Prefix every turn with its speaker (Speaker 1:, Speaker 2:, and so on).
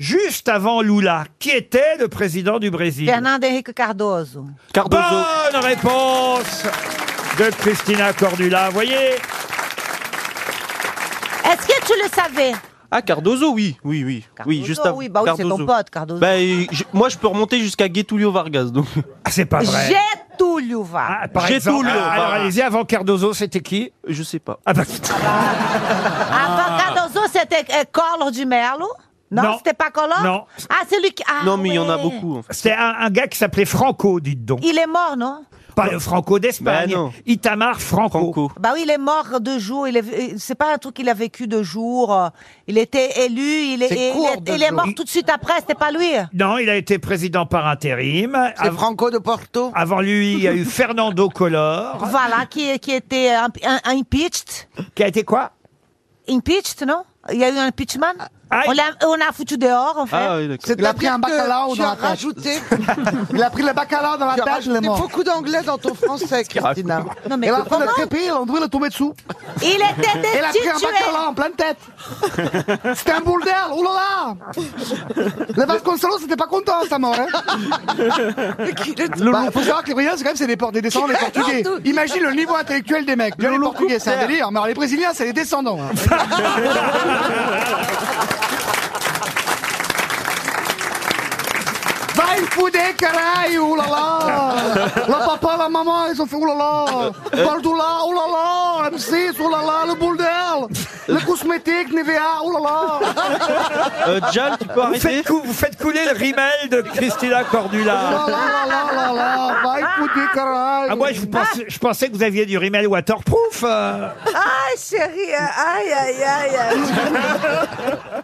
Speaker 1: juste avant Lula, qui était le président du Brésil.
Speaker 2: Fernando Henrique Cardoso.
Speaker 1: Bonne réponse de Christina Cordula. Vous voyez,
Speaker 2: Est-ce que tu le savais
Speaker 3: Ah, Cardozo, oui, oui, oui. oui,
Speaker 2: Cardozo,
Speaker 3: juste avant.
Speaker 2: oui, bah oui, c'est
Speaker 3: Cardozo.
Speaker 2: ton pote, Cardozo.
Speaker 3: Bah, euh, je- moi, je peux remonter jusqu'à Getulio Vargas, donc.
Speaker 1: Ah, c'est pas vrai.
Speaker 2: Getúlio Vargas.
Speaker 1: Ah, par
Speaker 3: J'ai
Speaker 1: exemple,
Speaker 3: tout lu.
Speaker 1: ah, alors allez-y, avant Cardozo, c'était qui
Speaker 3: Je sais pas.
Speaker 1: ah bah, Ah,
Speaker 2: Avant Cardoso, c'était euh, Collor de Mello. Non,
Speaker 1: Non.
Speaker 2: c'était pas Collor
Speaker 1: Non.
Speaker 2: Ah, c'est lui qui... ah,
Speaker 3: non, mais il y en a
Speaker 2: ouais.
Speaker 3: beaucoup, en fait.
Speaker 1: C'était un, un gars qui s'appelait Franco, dites donc.
Speaker 2: Il est mort, non
Speaker 1: Pas le Franco d'Espagne.
Speaker 3: Bah, non.
Speaker 1: Itamar Franco.
Speaker 3: Franco.
Speaker 2: Bah oui, il est mort deux jours. Il est- C'est pas un truc qu'il a vécu deux jours. euh, Il était élu. Il est,
Speaker 4: C'est
Speaker 2: il
Speaker 4: court,
Speaker 2: est-
Speaker 4: deux
Speaker 2: il est
Speaker 4: jours.
Speaker 2: mort tout de suite après. C'était pas lui.
Speaker 1: Non, il a été président par intérim.
Speaker 4: C'est
Speaker 1: Av-
Speaker 4: Franco de Porto
Speaker 1: Avant lui, il y a eu Fernando Collor.
Speaker 2: Voilà, qui, qui était un, un- un impeached.
Speaker 1: Qui a été quoi
Speaker 2: Impeached, non Il y a eu un impeachment.
Speaker 1: Ah,
Speaker 2: on
Speaker 1: il-
Speaker 2: l'a on l'a foutu dehors, en fait.
Speaker 3: Ah, oui, d'accord.
Speaker 4: Il a pris un bacalao
Speaker 5: tu
Speaker 4: dans
Speaker 5: as
Speaker 4: la tête.
Speaker 5: rajouté,
Speaker 4: Il a pris le bacalao dans la
Speaker 5: tu as
Speaker 4: tête, il est
Speaker 5: rajouté
Speaker 4: mort.
Speaker 5: beaucoup d'anglais dans ton français, Christina.
Speaker 2: Non, mais
Speaker 4: Il est en train de
Speaker 2: comment
Speaker 4: crépir, on devrait le tomber dessous.
Speaker 2: Il était
Speaker 4: Il a pris un
Speaker 2: destitué.
Speaker 4: bacalao en pleine tête. C'était un boule d'air, oh là là Le Vasconcelos, c'était pas content à sa mort. Hein. Bah, faut savoir que les Brésiliens, c'est quand même c'est des, por- des descendants des Portugais. Imagine le niveau intellectuel des mecs. Déjà, les Portugais, c'est un délire, mais alors les Brésiliens, c'est les descendants. hein. Va il fouder, caray, oh là là Le papa, la maman, ils ont fait oh là là Baldula, oh là là M6, oh là là, le boule d'air Le cosmétique, Nivea, oh là là
Speaker 3: Euh, Jal, tu peux
Speaker 1: Vous
Speaker 3: arrêter
Speaker 1: faites, cou- vous faites couler le rimel de Christina
Speaker 4: Oh
Speaker 1: Cordula.
Speaker 4: là là là là là Va il fouder, caray
Speaker 1: Ah, moi, je, vous pensais, je pensais que vous aviez du rimel waterproof. euh.
Speaker 2: Ai, chérie, aïe, aïe, aïe. aïe.